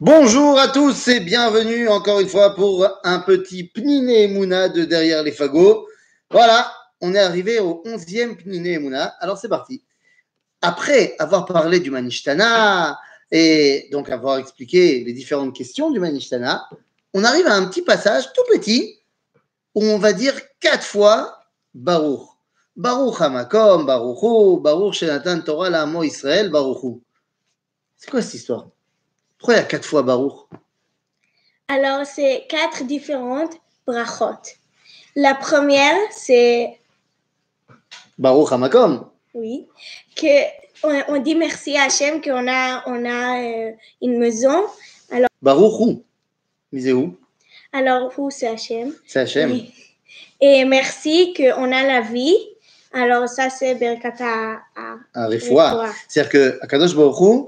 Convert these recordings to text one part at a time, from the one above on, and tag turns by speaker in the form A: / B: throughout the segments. A: Bonjour à tous et bienvenue encore une fois pour un petit Pniné Mouna de Derrière les Fagots. Voilà, on est arrivé au 11e Pniné Mouna. Alors c'est parti. Après avoir parlé du Manishtana et donc avoir expliqué les différentes questions du Manishtana, on arrive à un petit passage tout petit où on va dire quatre fois Baruch. Baruch Hamakom, Baruchu, Baruch Shenatan Torah Lamo Israël, Baruchu. C'est quoi cette histoire Pourquoi il y a quatre fois Baruch
B: Alors, c'est quatre différentes brachot. La première, c'est,
A: Baruch Hamakom
B: oui, que on, on dit merci à Hachem qu'on a, on a euh, une maison.
A: Baruchu. Misez où
B: Alors, où c'est Hachem
A: C'est Hachem.
B: Oui. Et merci qu'on a la vie. Alors, ça, c'est Berkat à, à
A: Un réfoua.
B: Refoua.
A: Ah, C'est-à-dire que Akadosh Baruch Hu,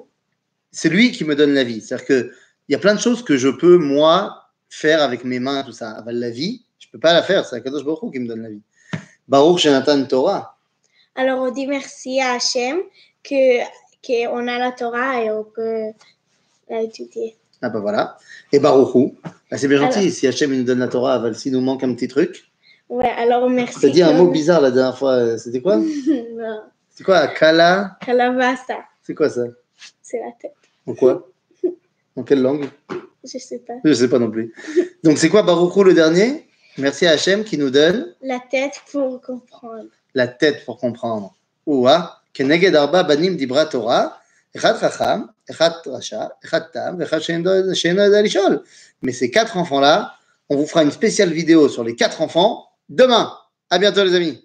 A: c'est lui qui me donne la vie. C'est-à-dire que il y a plein de choses que je peux moi faire avec mes mains tout ça. Aval la vie, je peux pas la faire. C'est Akadosh Baruch Hu qui me donne la vie. Baruch Shenatan Torah.
B: Alors, on dit merci à Hachem que qu'on a la Torah et on peut la étudier.
A: Ah bah voilà. Et Baruch Hu. Bah, c'est bien gentil.
B: Alors-
A: Si Hachem il nous donne la Torah, Aval s'il nous manque un petit truc.
B: Ouais, alors merci.
A: T'as dit un
B: que-
A: mot bizarre la dernière fois. euh, C'était quoi
B: Non.
A: C'est quoi Kala
B: Kalabasa,
A: C'est quoi ça
B: c'est la tête.
A: En quoi En quelle langue
B: Je sais pas.
A: Je sais pas non plus. Donc c'est quoi Baruch Hu le dernier Merci à Hachem qui nous donne
B: La tête pour comprendre.
A: la tête pour comprendre. Ouah, keneged arba banim dibra Torah, echat chacham, echat rasha, echat tam, echat she'eno- she'eno yada lishol. Mais ces quatre enfants-là, on vous fera une spéciale vidéo sur les quatre enfants demain. À bientôt les amis.